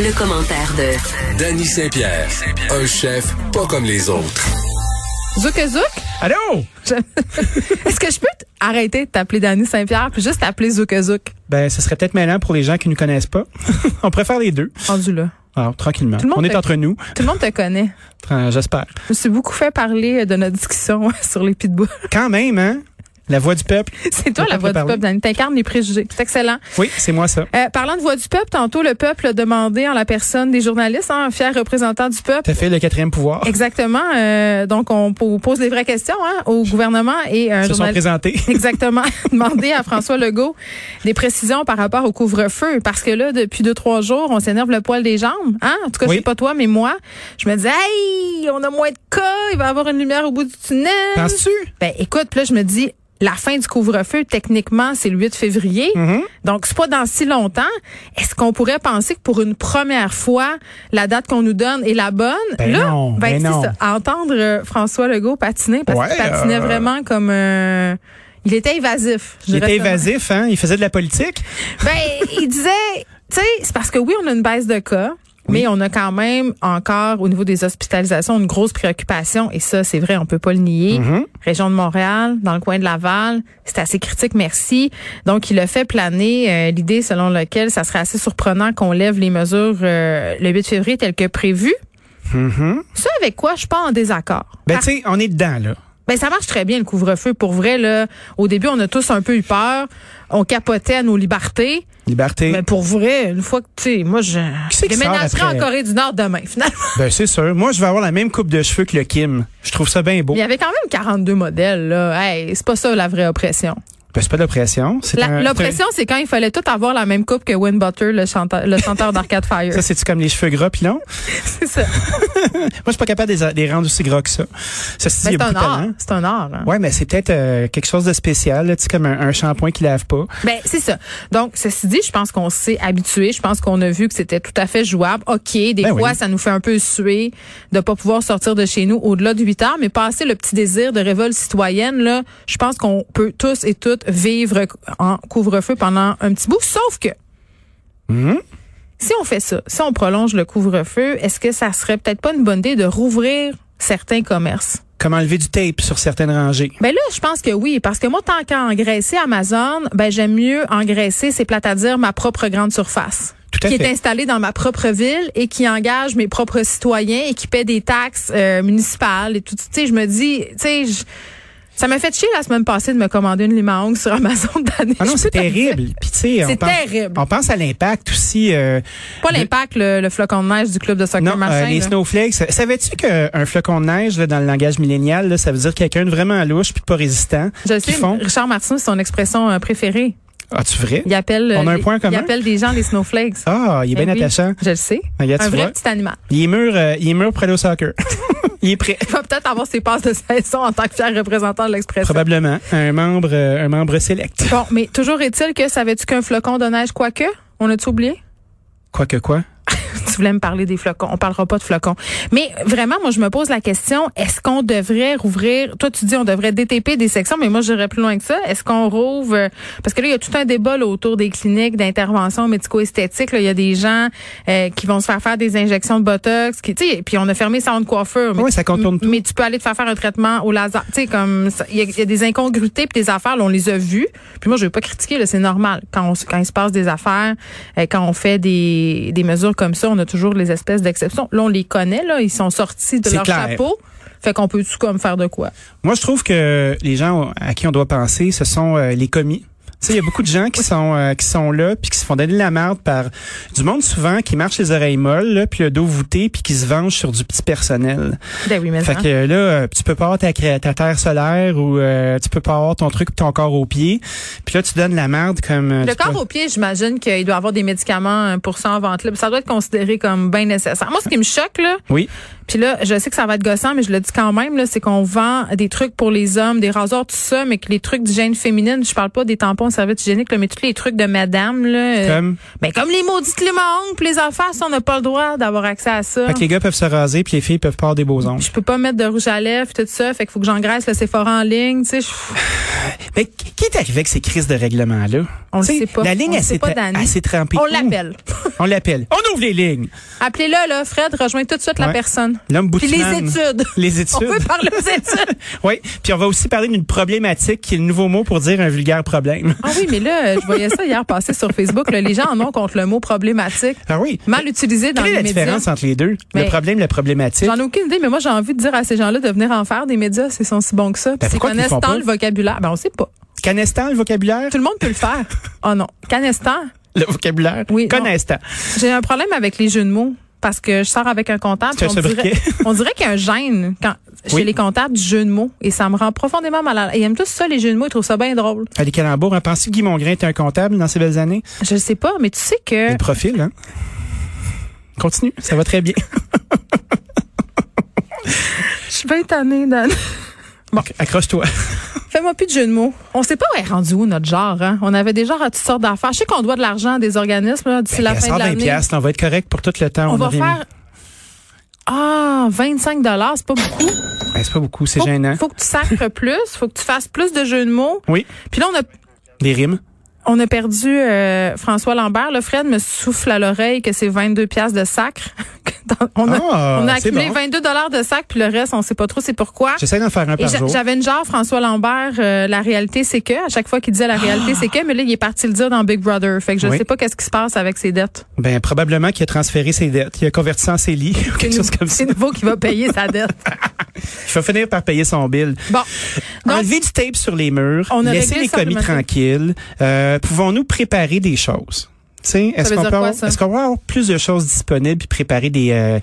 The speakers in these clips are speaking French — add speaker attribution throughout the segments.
Speaker 1: le commentaire de
Speaker 2: Danny Saint-Pierre, un chef pas comme les autres.
Speaker 3: Zouk Zouk?
Speaker 4: Allô?
Speaker 3: Je- Est-ce que je peux t- arrêter de t'appeler Dany Saint-Pierre puis juste t'appeler Zouk Zouk?
Speaker 4: Ben, ce serait peut-être mêlant pour les gens qui nous connaissent pas. on préfère les deux.
Speaker 3: Rendu là.
Speaker 4: Alors, tranquillement.
Speaker 3: le monde
Speaker 4: on est
Speaker 3: fait-
Speaker 4: entre nous,
Speaker 3: Tout le monde te connaît.
Speaker 4: Tran- j'espère.
Speaker 3: Je me suis beaucoup fait parler euh, de notre discussion sur les pitbulls.
Speaker 4: Quand même, hein? La voix du peuple.
Speaker 3: C'est toi
Speaker 4: Le
Speaker 3: la voix
Speaker 4: peuple
Speaker 3: du
Speaker 4: parle.
Speaker 3: peuple, Dany. T'incarnes les préjugés. C'est excellent.
Speaker 4: Oui, c'est moi ça.
Speaker 3: Euh, parlant de voix du peuple, tantôt, le peuple a demandé en la personne des journalistes, hein, un fier représentant du peuple,
Speaker 4: T'as fait le quatrième pouvoir.
Speaker 3: Exactement. Euh, donc, on po- pose des vraies questions hein, au gouvernement et un
Speaker 4: Ils se sont
Speaker 3: journaliste.
Speaker 4: présentés.
Speaker 3: Exactement. Demander à François Legault des précisions par rapport au couvre-feu. Parce que là, depuis deux, trois jours, on s'énerve le poil des jambes. Hein? En tout cas,
Speaker 4: Oui.
Speaker 3: c'est pas toi, mais moi. Je me dis, hey, on a moins de cas. Il va y avoir une lumière au bout du tunnel.
Speaker 4: Penses-tu?
Speaker 3: Ben, écoute, puis là, je me dis, la fin du couvre-feu, techniquement, c'est le 8 février.
Speaker 4: Mm-hmm.
Speaker 3: Donc, c'est pas dans si longtemps. Est-ce qu'on pourrait penser que pour une première fois, la date qu'on nous donne est la bonne?
Speaker 4: Ben
Speaker 3: là,
Speaker 4: non,
Speaker 3: ben,
Speaker 4: ben
Speaker 3: c'est
Speaker 4: non.
Speaker 3: ça. À entendre euh, François Legault patiner, parce qu'il
Speaker 4: Ouais,
Speaker 3: patinait
Speaker 4: euh,
Speaker 3: vraiment comme... euh, il était évasif. je
Speaker 4: Il
Speaker 3: dirais
Speaker 4: était
Speaker 3: ça.
Speaker 4: évasif, hein? Il faisait de la politique.
Speaker 3: Ben, il disait, tu sais, c'est parce que oui, on a une baisse de cas. Mais on a quand même encore, au niveau des hospitalisations, une grosse préoccupation. Et ça, c'est vrai, on peut pas le nier.
Speaker 4: Mm-hmm.
Speaker 3: Région de Montréal, dans le coin de Laval, c'est assez critique, merci. Donc, il a fait planer euh, l'idée selon laquelle ça serait assez surprenant qu'on lève les mesures euh, le 8 février telles que prévues. Ça, avec quoi je suis pas en désaccord.
Speaker 4: Mm-hmm. Ben, tu sais, on est dedans, là.
Speaker 3: Ben ça marche très bien le couvre-feu pour vrai là. Au début, on a tous un peu eu peur, on capotait à nos libertés,
Speaker 4: Liberté.
Speaker 3: mais pour vrai, une fois que tu sais, moi je
Speaker 4: Qui c'est qui sort
Speaker 3: déménagerai en
Speaker 4: après?
Speaker 3: Corée du Nord demain finalement.
Speaker 4: Ben, c'est sûr. Moi, je vais avoir la même coupe de cheveux que le Kim. Je trouve ça bien beau.
Speaker 3: Il y avait quand même 42 modèles là. Hey, c'est pas ça la vraie oppression.
Speaker 4: Ben, c'est pas de l'oppression. c'est
Speaker 3: La-
Speaker 4: un-
Speaker 3: L'oppression, c'est quand il fallait tout avoir la même coupe que Win Butter, le chanteur, le chanteur d'Arcade Fire.
Speaker 4: Ça, c'est-tu comme les cheveux gras pis longs?
Speaker 3: c'est ça.
Speaker 4: Moi, je suis pas capable de les- de les rendre aussi gras que ça. Ça, c'est
Speaker 3: Ben,
Speaker 4: il y a
Speaker 3: c'est un
Speaker 4: beaucoup de
Speaker 3: art.
Speaker 4: talent.
Speaker 3: C'est un art. hein.
Speaker 4: Ouais, mais c'est peut-être euh, quelque chose de spécial, là, tu sais, comme un, un shampoing qui lave pas.
Speaker 3: Ben, c'est ça. Donc, ceci dit, je pense qu'on s'est habitué. Je pense qu'on a vu que c'était tout à fait jouable. OK, des
Speaker 4: Ben
Speaker 3: fois,
Speaker 4: oui.
Speaker 3: ça nous fait un peu suer de pas pouvoir sortir de chez nous au-delà de 8 heures, mais passer le petit désir de révolte citoyenne, là, je pense qu'on peut tous et toutes vivre en couvre-feu pendant un petit bout. Sauf que,
Speaker 4: Mm-hmm.
Speaker 3: si on fait ça, si on prolonge le couvre-feu, est-ce que ça serait peut-être pas une bonne idée de rouvrir certains commerces?
Speaker 4: Comme enlever du tape sur certaines rangées.
Speaker 3: Ben là, je pense que oui, parce que moi, tant qu'à engraisser Amazon, ben j'aime mieux engraisser, c'est plate à dire, ma propre grande surface.
Speaker 4: Tout à
Speaker 3: qui est
Speaker 4: fait.
Speaker 3: installée dans ma propre ville et qui engage mes propres citoyens et qui paie des taxes euh, municipales et tout. Tu sais, je me dis, tu sais, je- ça m'a fait chier la semaine passée de me commander une lime à ongles sur Amazon d'année.
Speaker 4: Ah non,
Speaker 3: Je
Speaker 4: c'est
Speaker 3: peux te dire.
Speaker 4: terrible. Puis tu sais, on
Speaker 3: C'est
Speaker 4: pense,
Speaker 3: terrible.
Speaker 4: on pense à l'impact aussi. euh,
Speaker 3: Pas l'impact, le, le flocon de neige du club de soccer
Speaker 4: non,
Speaker 3: Marseille,
Speaker 4: euh, les
Speaker 3: là.
Speaker 4: snowflakes. Savais-tu qu'un flocon de neige là, dans le langage millénial, là, ça veut dire quelqu'un de vraiment louche puis de pas résistant
Speaker 3: Je sais,
Speaker 4: qui font.
Speaker 3: Richard Martineau, c'est son expression euh, préférée.
Speaker 4: Ah, tu vrai?
Speaker 3: Il appelle, euh,
Speaker 4: On a un
Speaker 3: les-
Speaker 4: point
Speaker 3: il
Speaker 4: commun?
Speaker 3: appelle des gens les snowflakes.
Speaker 4: Ah, il est
Speaker 3: Ben
Speaker 4: bien
Speaker 3: oui,
Speaker 4: attachant. Ah,
Speaker 3: Je le sais.
Speaker 4: Regarde,
Speaker 3: un
Speaker 4: tu
Speaker 3: vrai
Speaker 4: vois.
Speaker 3: petit animal.
Speaker 4: Il est mûr, euh, il est mûr pour aller au soccer. il est prêt.
Speaker 3: Il va peut-être avoir ses passes de saison en tant que fier représentant de l'expression.
Speaker 4: Probablement. Un membre, euh, un membre select.
Speaker 3: Bon, mais toujours est-il que savais-tu qu'un flocon de neige, quoique, on a-tu oublié?
Speaker 4: Quoi que quoi.
Speaker 3: Tu voulais me parler des flocons. On parlera pas de flocons. Mais vraiment, moi, je me pose la question, est-ce qu'on devrait rouvrir, toi, tu dis on devrait DTP des sections, mais moi, j'irais plus loin que ça. Est-ce qu'on rouvre, euh, parce que là, il y a tout un débat là, autour des cliniques d'intervention médico-esthétique. là. Il y a des gens euh, qui vont se faire faire des injections de Botox, qui, tu sais, puis on a fermé ça de coiffure. mais
Speaker 4: Oui, ça contourne tout.
Speaker 3: mais tu peux aller te faire faire un traitement au laser. Tu sais, comme, ça- il y, a- il y a des incongruités puis des affaires, là, on les a vues. Puis moi, je veux pas critiquer, là, c'est normal. Quand, on, s- quand il se passe des affaires, euh, quand on fait des, des mesures comme ça, on a toujours les espèces d'exceptions. Là, on les connaît, là, ils sont sortis de
Speaker 4: C'est
Speaker 3: leur
Speaker 4: clair.
Speaker 3: chapeau. Fait qu'on peut tout comme faire de quoi?
Speaker 4: Moi, je trouve que les gens à qui on doit penser, ce sont euh, les commis. Tu sais, il y a beaucoup de gens qui sont euh, qui sont là puis qui se font donner de la merde par du monde souvent qui marche les oreilles molles là, puis le dos voûté puis qui se venge sur du petit personnel.
Speaker 3: Ben oui, mais
Speaker 4: Fait
Speaker 3: hein.
Speaker 4: que euh, là euh, tu peux pas avoir ta, cré- ta terre solaire ou euh, tu peux pas avoir ton truc pis ton corps au pied. Puis là tu donnes la merde comme euh,
Speaker 3: Le
Speaker 4: tu peux-
Speaker 3: corps aux pieds, j'imagine qu'il doit avoir des médicaments euh, pour ça en vente libre. Ça doit être considéré comme bien nécessaire. Moi, ce qui me choque, là,
Speaker 4: Oui.
Speaker 3: Puis là, je sais que ça va être gossant, mais je le dis quand même, là, c'est qu'on vend des trucs pour les hommes, des rasoirs, tout ça, mais que les trucs d'hygiène féminine, je parle pas des tampons, serviettes hygiéniques, là, mais tous les trucs de madame, là. euh,
Speaker 4: Comme
Speaker 3: ben, comme les maudits climats puis les affaires, ça, on n'a pas le droit d'avoir accès à ça.
Speaker 4: fait que les gars peuvent se raser puis les filles peuvent pas avoir des beaux ongles.
Speaker 3: Je peux pas mettre de rouge à lèvres, tout ça, fait qu'il faut que j'engraisse le Sephora en ligne, tu sais. je-
Speaker 4: Mais qui est arrivé avec ces crises de règlement là
Speaker 3: On le sait pas.
Speaker 4: La ligne
Speaker 3: On le
Speaker 4: elle
Speaker 3: sait
Speaker 4: s'est
Speaker 3: pas, Dani.
Speaker 4: elle s'est trempée.
Speaker 3: On
Speaker 4: où?
Speaker 3: l'appelle.
Speaker 4: On l'appelle. On ouvre les lignes.
Speaker 3: Appelez-le, là, Fred, rejoins tout de suite la
Speaker 4: Ouais.
Speaker 3: personne.
Speaker 4: L'homme
Speaker 3: Puis les
Speaker 4: Boutiman.
Speaker 3: études.
Speaker 4: Les
Speaker 3: On peut
Speaker 4: études.
Speaker 3: parler aux études.
Speaker 4: Oui. Puis on va aussi parler d'une problématique qui est le nouveau mot pour dire un vulgaire problème.
Speaker 3: Ah oui, mais là, je voyais ça hier passer sur Facebook. là, les gens en ont contre le mot problématique.
Speaker 4: Ah oui.
Speaker 3: Mal utilisé dans
Speaker 4: Quelle est
Speaker 3: les
Speaker 4: la
Speaker 3: médias.
Speaker 4: différence entre les deux?
Speaker 3: Mais-
Speaker 4: le problème, la problématique.
Speaker 3: J'en ai aucune idée, mais moi, j'ai envie de dire à ces gens-là de venir en faire des médias. Ils sont si bons que ça. Puis
Speaker 4: Ben,
Speaker 3: s'ils
Speaker 4: pourquoi qu'ils
Speaker 3: connaissent
Speaker 4: font
Speaker 3: tant
Speaker 4: pas?
Speaker 3: le vocabulaire, ben, on sait pas.
Speaker 4: Canestan, le vocabulaire?
Speaker 3: Tout le monde peut le faire. Oh non. Canestan,
Speaker 4: Le vocabulaire?
Speaker 3: Oui, non.
Speaker 4: Canestan.
Speaker 3: j'ai un problème avec les jeux de mots. Parce que je sors avec un comptable.
Speaker 4: C'est un
Speaker 3: puis On dirait,
Speaker 4: sobriquet.
Speaker 3: on dirait qu'il y a un gêne quand, chez
Speaker 4: Oui.
Speaker 3: les comptables du jeu de mots. Et ça me rend profondément mal à l'aise. Ils aiment tous ça, les jeux de mots. Ils trouvent ça bien drôle.
Speaker 4: Ah, les calembours, hein? Penses-tu que Guy Mongrain était un comptable dans ces belles années?
Speaker 3: Je sais pas, mais tu sais que.
Speaker 4: Le profil, hein? Continue, ça va très bien.
Speaker 3: Je suis bien tannée, Dan.
Speaker 4: Bon, accroche-toi.
Speaker 3: Fais-moi plus de jeu de mots. On sait pas où est rendu où notre genre. Hein? On avait des genres à toutes sortes d'affaires. Je sais qu'on doit de l'argent à des organismes là, d'ici la
Speaker 4: Ben,
Speaker 3: fin de
Speaker 4: 120
Speaker 3: l'année.
Speaker 4: piastres, on va être correct pour tout le temps.
Speaker 3: On, va
Speaker 4: a rien
Speaker 3: faire ah 25 dollars, c'est pas beaucoup.
Speaker 4: mis. Ben, c'est pas beaucoup, c'est
Speaker 3: Faut,
Speaker 4: gênant.
Speaker 3: faut que tu sacres plus, faut que tu fasses plus de jeux de mots.
Speaker 4: Oui,
Speaker 3: Puis là on a
Speaker 4: des rimes.
Speaker 3: on a perdu euh, François Lambert. Le Fred me souffle à l'oreille que c'est 22 pièces de sacre. on a,
Speaker 4: Ah,
Speaker 3: on a
Speaker 4: c'est
Speaker 3: accumulé
Speaker 4: bon.
Speaker 3: 22 dollars de sacre, puis le reste, on sait pas trop c'est pourquoi.
Speaker 4: J'essaie d'en faire un
Speaker 3: Et
Speaker 4: par
Speaker 3: j'a-
Speaker 4: jour.
Speaker 3: j'avais une genre, François Lambert, euh, la réalité c'est que, à chaque fois qu'il disait la réalité c'est que, mais là, il est parti le dire dans Big Brother. Fait que je
Speaker 4: Ah! Oui.
Speaker 3: sais pas qu'est-ce qui se passe avec ses dettes.
Speaker 4: Ben, probablement qu'il a transféré ses dettes. Il a converti ça en CELI ou quelque chose comme ça.
Speaker 3: C'est nouveau qui va payer sa dette.
Speaker 4: Il va finir par payer son bill.
Speaker 3: Bon. Donc,
Speaker 4: Enlever du tape sur les murs,
Speaker 3: On a
Speaker 4: laisser
Speaker 3: réglé
Speaker 4: les
Speaker 3: ça
Speaker 4: commis
Speaker 3: demain.
Speaker 4: tranquilles. Euh, Pouvons-nous préparer des choses? Tu sais, Est-ce
Speaker 3: veut
Speaker 4: qu'on
Speaker 3: dire
Speaker 4: peut
Speaker 3: quoi,
Speaker 4: avoir-
Speaker 3: ça?
Speaker 4: est-ce qu'on va avoir plus de choses disponibles puis préparer des euh,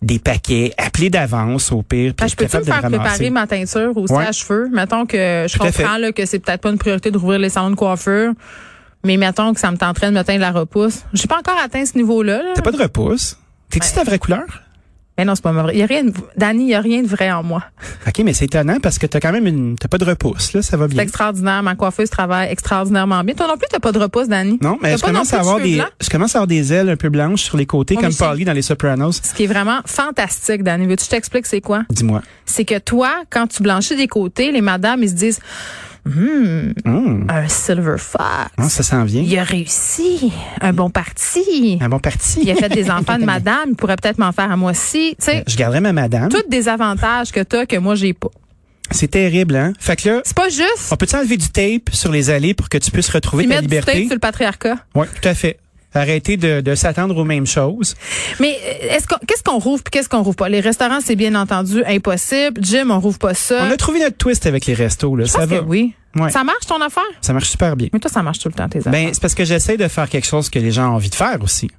Speaker 4: des paquets, appeler d'avance au pire, puis
Speaker 3: ah,
Speaker 4: être
Speaker 3: je peux-tu me
Speaker 4: capable de
Speaker 3: faire
Speaker 4: le ramasser?
Speaker 3: préparer ma teinture aussi
Speaker 4: Ouais.
Speaker 3: à cheveux? Mettons que je
Speaker 4: Tout à fait.
Speaker 3: comprends là, que c'est peut-être pas une priorité de rouvrir les salons de coiffure, mais mettons que ça me tenterait de me teindre la repousse. J'ai pas encore atteint ce niveau-là. là.
Speaker 4: T'as pas de repousse? T'es-tu ta vraie couleur?
Speaker 3: Mais non, c'est pas ma vraie. Il y a rien de... Dani, il y a rien de vrai en moi.
Speaker 4: OK, mais c'est étonnant parce que t'as quand même une... T'as pas de repousse, là, ça va
Speaker 3: C'est
Speaker 4: bien.
Speaker 3: extraordinaire. Ma coiffeuse travaille extraordinairement bien. Toi non plus, t'as pas de repousse, Dani.
Speaker 4: Non, mais
Speaker 3: T'as
Speaker 4: je
Speaker 3: pas non
Speaker 4: commence,
Speaker 3: plus
Speaker 4: à
Speaker 3: de
Speaker 4: avoir
Speaker 3: cheveux
Speaker 4: des,
Speaker 3: blancs.
Speaker 4: je commence à avoir des ailes un peu blanches sur les côtés,
Speaker 3: Oh,
Speaker 4: comme
Speaker 3: mais je-
Speaker 4: Paulie dans Les Sopranos.
Speaker 3: Ce qui est vraiment fantastique, Dani. Veux-tu que je t'explique c'est quoi?
Speaker 4: Dis-moi.
Speaker 3: C'est que toi, quand tu blanchis des côtés, les madames, ils se disent, Hmm,
Speaker 4: Hum,
Speaker 3: un silver fox.
Speaker 4: non, hein, Ah, ça s'en vient.
Speaker 3: Il a réussi. Un bon parti.
Speaker 4: Un bon parti.
Speaker 3: Il a fait des enfants de madame. Il pourrait peut-être m'en faire à moi aussi. Tu sais,
Speaker 4: Euh, Ah, Je garderai ma madame.
Speaker 3: tous des avantages que t'as que moi, j'ai pas.
Speaker 4: C'est terrible, hein? Fait que là,
Speaker 3: C'est pas juste.
Speaker 4: on peut enlever du tape sur les allées pour que tu puisses retrouver
Speaker 3: Ils
Speaker 4: Ah, ta
Speaker 3: mettent du tape
Speaker 4: liberté?
Speaker 3: sur le patriarcat.
Speaker 4: Oui, tout à fait. Arrêter de, de s'attendre aux mêmes choses.
Speaker 3: Mais euh, est-ce qu'on, qu'est-ce qu'on rouvre puis qu'est-ce qu'on rouvre pas? Les restaurants, c'est bien entendu impossible. Jim, on rouvre pas ça.
Speaker 4: On a trouvé notre twist avec les restos, là.
Speaker 3: Je
Speaker 4: ça
Speaker 3: pense
Speaker 4: va.
Speaker 3: que oui.
Speaker 4: Ouais.
Speaker 3: Ça marche ton affaire?
Speaker 4: Ça marche super bien.
Speaker 3: Mais toi, ça marche tout le temps, tes affaires.
Speaker 4: Ben, c'est parce que j'essaie de faire quelque chose que les gens ont envie de faire aussi.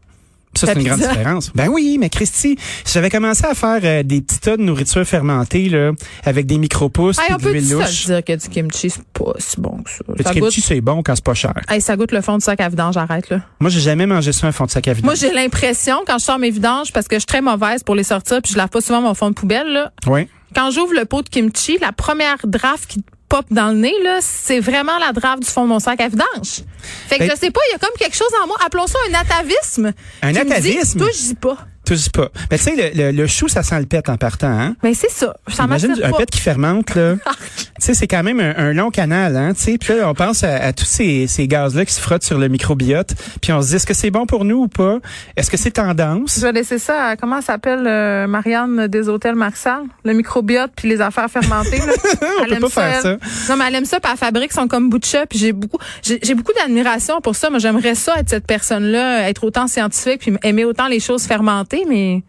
Speaker 4: Ça,
Speaker 3: La
Speaker 4: c'est une grande
Speaker 3: pizza.
Speaker 4: différence. Ben oui, mais Christy, si j'avais commencé à faire euh, des petits tas de nourriture fermentée, là, avec des micro-pousses
Speaker 3: Hey,
Speaker 4: et
Speaker 3: on
Speaker 4: de
Speaker 3: peut
Speaker 4: l'huile
Speaker 3: ça
Speaker 4: louche.
Speaker 3: se dire que du kimchi, c'est pas si bon que ça.
Speaker 4: Le
Speaker 3: ça,
Speaker 4: kimchi,
Speaker 3: goûte,
Speaker 4: c'est bon quand c'est pas cher.
Speaker 3: Hey, ça goûte le fond de sac à vidange, arrête là.
Speaker 4: Moi, j'ai jamais mangé ça un fond de sac à vidange.
Speaker 3: Moi, j'ai l'impression, quand je sors mes vidanges, parce que je suis très mauvaise pour les sortir, puis je lave pas souvent mon fond de poubelle, là.
Speaker 4: Ouais.
Speaker 3: Quand j'ouvre le pot de kimchi, la première draft qui pop dans le nez, là, c'est vraiment la draft du fond de mon sac à vidange. Fait que
Speaker 4: Ben-
Speaker 3: je sais pas, il y a comme quelque chose en moi. Appelons ça un atavisme.
Speaker 4: Un
Speaker 3: qui me dit,
Speaker 4: atavisme?
Speaker 3: Toi, je dis pas.
Speaker 4: Touche pas. Mais tu sais, le, le- le chou, ça sent le pet en partant, hein?
Speaker 3: Mais Ben, c'est ça. Ça
Speaker 4: Imagine
Speaker 3: m'attire
Speaker 4: un
Speaker 3: Ah, pas.
Speaker 4: pet qui fermente, là. tu sais, c'est quand même un, un long canal, hein? Tu sais, puis là, on pense à, à tous ces, ces gaz-là qui se frottent sur le microbiote. Puis on se dit, est-ce que c'est bon pour nous ou pas? Est-ce que c'est tendance?
Speaker 3: Je vais laisser ça à, comment ça s'appelle, euh, Marianne des hôtels Marsal? Le microbiote puis les affaires fermentées, là.
Speaker 4: On
Speaker 3: Elle
Speaker 4: peut
Speaker 3: aime
Speaker 4: pas faire ça.
Speaker 3: elle. Non, mais elle aime ça, puis elle fabrique son kombucha, puis j'ai beaucoup, j'ai j'ai beaucoup d'admiration pour ça. Moi, j'aimerais ça être cette personne-là, être autant scientifique, puis aimer autant les choses fermentées, mais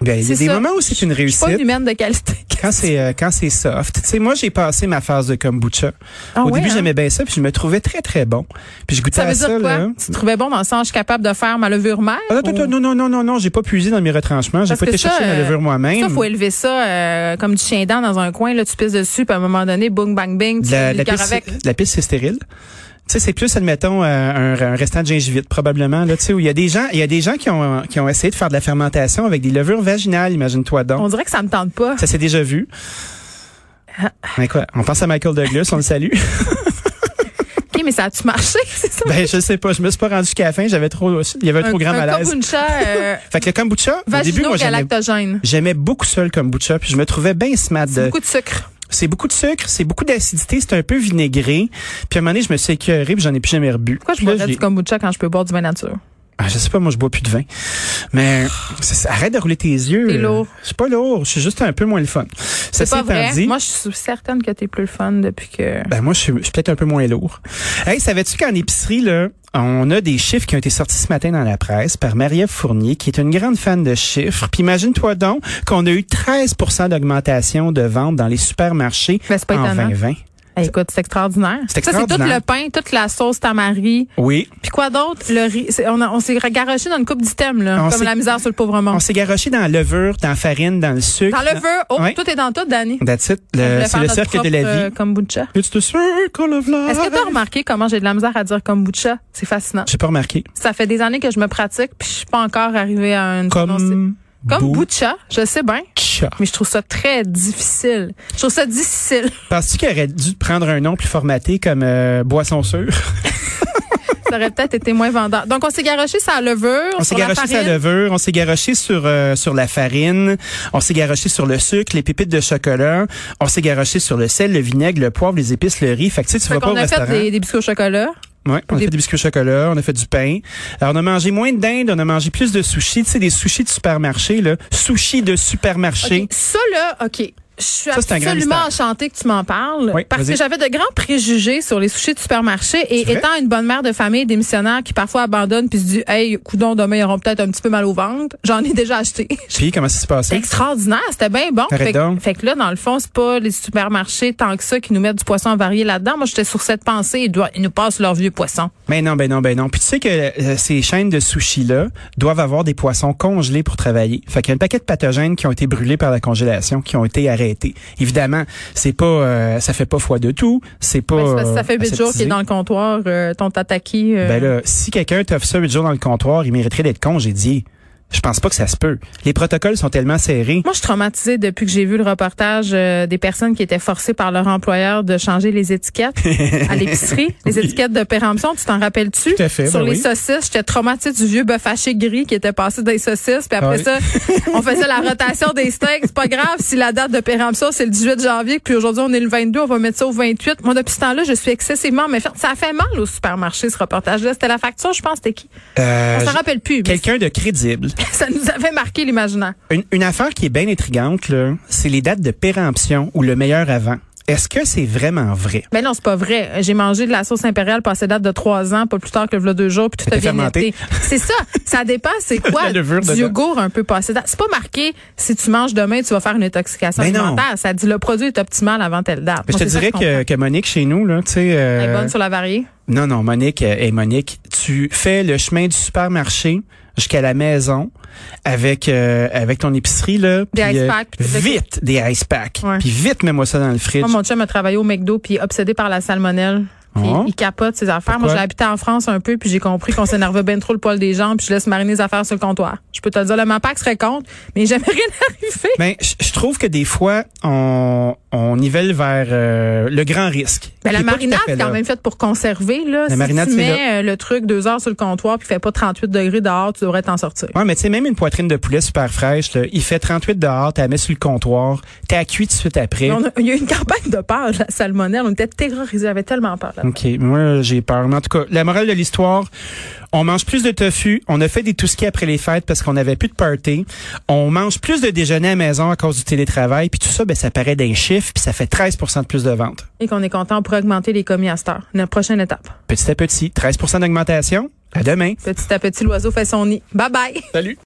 Speaker 4: Ben, il y a
Speaker 3: C'est
Speaker 4: des
Speaker 3: ça.
Speaker 4: moments où c'est une
Speaker 3: je suis pas une
Speaker 4: réussite.
Speaker 3: humaine de qualité.
Speaker 4: Quand c'est euh, quand c'est soft. Tu sais, moi, j'ai passé ma phase de kombucha.
Speaker 3: Ah
Speaker 4: Au
Speaker 3: ouais,
Speaker 4: début,
Speaker 3: hein?
Speaker 4: j'aimais bien ça, puis je me trouvais très, très bon. Puis je
Speaker 3: Ça
Speaker 4: goûtais à
Speaker 3: veut dire
Speaker 4: ça,
Speaker 3: quoi?
Speaker 4: là.
Speaker 3: Tu te trouvais bon dans le sens, je suis capable de faire ma levure mère?
Speaker 4: Ah, non, non, non, non, non, non, non, j'ai pas puisé dans mes retranchements. J'ai
Speaker 3: Parce
Speaker 4: pas
Speaker 3: que
Speaker 4: été
Speaker 3: ça,
Speaker 4: chercher ma
Speaker 3: euh,
Speaker 4: levure moi-même.
Speaker 3: Ça, faut élever ça euh, comme du chien dent dans un coin, là, tu pisses dessus, puis à un moment donné, boum, bang, bing, tu
Speaker 4: De la,
Speaker 3: fais
Speaker 4: de
Speaker 3: le
Speaker 4: la
Speaker 3: cœur
Speaker 4: piste,
Speaker 3: avec.
Speaker 4: de la piste, c'est stérile. Tu sais, c'est plus, admettons, euh, un, un restant de gingivite, probablement, là, tu sais, où il y a des gens, il y a des gens qui ont, qui ont essayé de faire de la fermentation avec des levures vaginales, imagine-toi donc.
Speaker 3: On Ah. dirait que ça me tente pas.
Speaker 4: Ça s'est déjà vu. Mais quoi? On pense à Michael Douglas, on le salue.
Speaker 3: OK, mais ça a-tu marché? C'est ça?
Speaker 4: ben, je sais pas, je me suis pas rendu jusqu'à la fin, j'avais trop, il y avait trop grand
Speaker 3: un
Speaker 4: malaise.
Speaker 3: kombucha euh,
Speaker 4: Fait que le kombucha, au début, moi, j'aimais,
Speaker 3: vagino-galactogène.
Speaker 4: j'aimais beaucoup ça, le kombucha, puis je me trouvais bien smart de,
Speaker 3: Beaucoup de sucre.
Speaker 4: c'est beaucoup de sucre, c'est beaucoup d'acidité, c'est un peu vinaigré. Puis à un moment donné, je me suis écœuré, puis j'en ai plus jamais rebu.
Speaker 3: Pourquoi je
Speaker 4: Puis là,
Speaker 3: boirais
Speaker 4: j'ai-
Speaker 3: du kombucha quand je peux boire du vin nature?
Speaker 4: Ah, je sais pas, moi, je bois plus de vin. Mais c'est- c'est- arrête de rouler tes yeux.
Speaker 3: T'es
Speaker 4: euh,
Speaker 3: lourd.
Speaker 4: Je suis pas lourd. Je suis juste un peu moins le fun.
Speaker 3: C'est
Speaker 4: Ceci
Speaker 3: pas
Speaker 4: étant
Speaker 3: vrai.
Speaker 4: dit-
Speaker 3: Moi, je suis certaine que t'es plus le fun depuis que.
Speaker 4: Ben moi, je suis, je suis peut-être un peu moins lourd. Hey, savais-tu qu'en épicerie, là, on a des chiffres qui ont été sortis ce matin dans la presse par Marie-Ève Fournier, qui est une grande fan de chiffres. Puis imagine-toi donc qu'on a eu 13 d'augmentation de ventes dans les supermarchés
Speaker 3: Ben, c'est pas
Speaker 4: en
Speaker 3: étonnant.
Speaker 4: 2020.
Speaker 3: Hey, écoute, c'est extraordinaire.
Speaker 4: C'est
Speaker 3: Ça, c'est tout
Speaker 4: extraordinaire.
Speaker 3: le pain, toute la sauce tamari.
Speaker 4: Oui.
Speaker 3: Puis quoi d'autre? Le riz. C'est- On, a- on s'est garoché dans une coupe d'items, là.
Speaker 4: On
Speaker 3: comme
Speaker 4: s'est-
Speaker 3: la misère sur le pauvre monde.
Speaker 4: On s'est garoché dans la levure, dans la farine, dans le sucre.
Speaker 3: Dans le feu. Oh,
Speaker 4: Ouais.
Speaker 3: tout est dans tout, Danny.
Speaker 4: That's it.
Speaker 3: On
Speaker 4: Le-
Speaker 3: voulait
Speaker 4: C'est
Speaker 3: faire
Speaker 4: le
Speaker 3: notre
Speaker 4: cercle de la
Speaker 3: propre, euh,
Speaker 4: vie.
Speaker 3: kombucha.
Speaker 4: It's the circle of life.
Speaker 3: Est-ce que t'as remarqué comment j'ai de la misère à dire kombucha? C'est fascinant.
Speaker 4: J'ai pas remarqué.
Speaker 3: Ça fait des années que je me pratique, puis je suis pas encore arrivée à une prononciation.
Speaker 4: Comme...
Speaker 3: Comme
Speaker 4: bout-
Speaker 3: Boucha, je sais bien,
Speaker 4: Tcha.
Speaker 3: mais je trouve ça très difficile. Je trouve ça difficile.
Speaker 4: Penses-tu qu'il aurait dû prendre un nom plus formaté comme euh, boisson sûre?
Speaker 3: ça aurait peut-être été moins vendeur. Donc, on s'est garoché sa levure.
Speaker 4: On s'est
Speaker 3: sur la
Speaker 4: garoché sur
Speaker 3: farine.
Speaker 4: la levure, on s'est garoché sur euh, sur la farine, on s'est garoché sur le sucre, les pépites de chocolat, on s'est garoché sur le sel, le vinaigre, le poivre, les épices, le riz. Fait que tu sais, tu
Speaker 3: Fait
Speaker 4: vas pas
Speaker 3: qu'on
Speaker 4: au
Speaker 3: a fait
Speaker 4: restaurant.
Speaker 3: des, des biscuits au chocolat.
Speaker 4: Ouais, on a
Speaker 3: des-
Speaker 4: fait des biscuits au chocolat, on a fait du pain. Alors, on a mangé moins de dinde, on a mangé plus de sushis. Tu sais, des sushis de supermarché, là. Sushis de supermarché.
Speaker 3: Ok, Ça, là, OK. Je suis
Speaker 4: Ça, c'est un grand
Speaker 3: absolument
Speaker 4: mystère.
Speaker 3: enchantée que tu m'en parles
Speaker 4: Oui,
Speaker 3: parce que
Speaker 4: vas-y.
Speaker 3: j'avais de grands préjugés sur les sushis de supermarché et
Speaker 4: C'est vrai?
Speaker 3: étant une bonne mère de famille démissionnaire qui parfois abandonne puis se dit hey coudon demain ils auront peut-être un petit peu mal au ventre j'en ai déjà acheté
Speaker 4: Puis, comment ça s'est
Speaker 3: c'est
Speaker 4: passé?
Speaker 3: extraordinaire c'était bien bon
Speaker 4: Arrête
Speaker 3: fait, que-
Speaker 4: donc.
Speaker 3: fait que là dans le fond c'est pas les supermarchés tant que ça qui nous mettent du poisson varié là-dedans moi j'étais sur cette pensée ils, doivent- ils nous passent leur vieux poisson
Speaker 4: Mais non, ben non, ben non. Puis tu sais que euh, ces chaînes de sushis-là doivent avoir des poissons congelés pour travailler. Fait qu'il y a un paquet de pathogènes qui ont été brûlés par la congélation, qui ont été arrêtés. Évidemment, c'est pas, euh, ça fait pas foi de tout. C'est pas.
Speaker 3: Ben, c'est parce que ça
Speaker 4: euh,
Speaker 3: fait huit jours qu'il est
Speaker 4: aseptisé.
Speaker 3: dans le comptoir euh, ton tataki euh,
Speaker 4: Ben là, si quelqu'un t'offre ça huit jours dans le comptoir, il mériterait d'être congédié. Je pense pas que ça se peut. Les protocoles sont tellement serrés.
Speaker 3: Moi, je suis traumatisée depuis que j'ai vu le reportage euh, des personnes qui étaient forcées par leur employeur de changer les étiquettes à l'épicerie, les étiquettes de péremption, tu t'en rappelles-tu?
Speaker 4: Tout à fait,
Speaker 3: Sur
Speaker 4: ben
Speaker 3: les
Speaker 4: oui.
Speaker 3: saucisses, j'étais traumatisée du vieux bœuf haché gris qui était passé dans les saucisses, puis après
Speaker 4: Ouais.
Speaker 3: ça, on faisait la rotation des steaks. C'est pas grave si la date de péremption, c'est le 18 janvier, puis aujourd'hui, on est le 22, on va mettre ça au 28. Moi, depuis ce temps-là, je suis excessivement méfiante. Ça a fait mal au supermarché, ce reportage-là. C'était la facture, je pense, c'était qui?
Speaker 4: Euh,
Speaker 3: On s'en
Speaker 4: j-
Speaker 3: rappelle plus, mais
Speaker 4: Quelqu'un de crédible.
Speaker 3: ça nous avait marqué l'imaginaire.
Speaker 4: Une, une affaire qui est bien intrigante, là, c'est les dates de péremption ou le meilleur avant. Est-ce que c'est vraiment vrai?
Speaker 3: Ben non, c'est pas vrai. J'ai mangé de la sauce impériale passée date de trois ans, pas plus tard que v'là deux jours, puis tout a
Speaker 4: C'était
Speaker 3: bien
Speaker 4: fermenté.
Speaker 3: été. C'est ça. Ça dépend, c'est quoi
Speaker 4: La levure
Speaker 3: du
Speaker 4: dedans.
Speaker 3: yogourt un peu passé date. C'est pas marqué si tu manges demain, tu vas faire une intoxication
Speaker 4: Mais non.
Speaker 3: alimentaire. Ça dit le produit est optimal avant telle date.
Speaker 4: Mais je
Speaker 3: Moi, c'est
Speaker 4: te
Speaker 3: ça
Speaker 4: dirais que,
Speaker 3: comprends.
Speaker 4: que Monique, chez nous, là, tu sais... euh,
Speaker 3: Elle est bonne sur la variée.
Speaker 4: non, non, Monique, euh, hey, Monique, tu fais le chemin du supermarché jusqu'à la maison avec euh, avec ton épicerie, là.
Speaker 3: Des
Speaker 4: puis,
Speaker 3: ice
Speaker 4: euh,
Speaker 3: packs, puis tout le-
Speaker 4: vite, des ice packs.
Speaker 3: Ouais.
Speaker 4: Puis vite, mets-moi ça dans le fridge.
Speaker 3: Moi, mon chum a travaillé au McDo puis il est obsédé par la salmonelle. Puis
Speaker 4: Oh.
Speaker 3: Il capote ses affaires. Moi,
Speaker 4: Pourquoi?
Speaker 3: j'ai habité en France un peu, puis j'ai compris qu'on s'énervait bien trop le poil des gens, puis je laisse mariner les affaires sur le comptoir. Je peux te le dire, le MAPAC serait contre, mais jamais rien arrivé.
Speaker 4: Ben, je je trouve que des fois, on, on nivelle vers euh, le grand risque.
Speaker 3: Ben, la
Speaker 4: Qui est pas tout à
Speaker 3: marinade,
Speaker 4: fait
Speaker 3: c'est quand
Speaker 4: là.
Speaker 3: même faite pour conserver. Là. si
Speaker 4: marinade,
Speaker 3: tu
Speaker 4: c'est
Speaker 3: mets euh, le truc deux heures sur le comptoir puis il fait pas 38 degrés dehors, tu devrais t'en sortir.
Speaker 4: Ouais, mais tu sais, même une poitrine de poulet super fraîche, là, il fait 38 dehors, t'as la mets sur le comptoir, t'as la cuit tout de suite après.
Speaker 3: On a- il y a eu une campagne de peur de la salmonelle. On était terrorisés. On avait tellement peur. là.
Speaker 4: OK, moi j'ai peur. Mais en tout cas, la morale de l'histoire, on mange plus de tofu, on a fait des touskis après les fêtes parce qu'on n'avait plus de party, on mange plus de déjeuner à la maison à cause du télétravail, puis tout ça, ben, ça paraît d'un chiffre, puis ça fait 13 de plus de ventes.
Speaker 3: Et qu'on est content pour augmenter les commis à cette heure. Notre prochaine étape.
Speaker 4: Petit à petit, 13 d'augmentation. À demain.
Speaker 3: Petit à petit, l'oiseau fait son nid. Bye bye.
Speaker 4: Salut.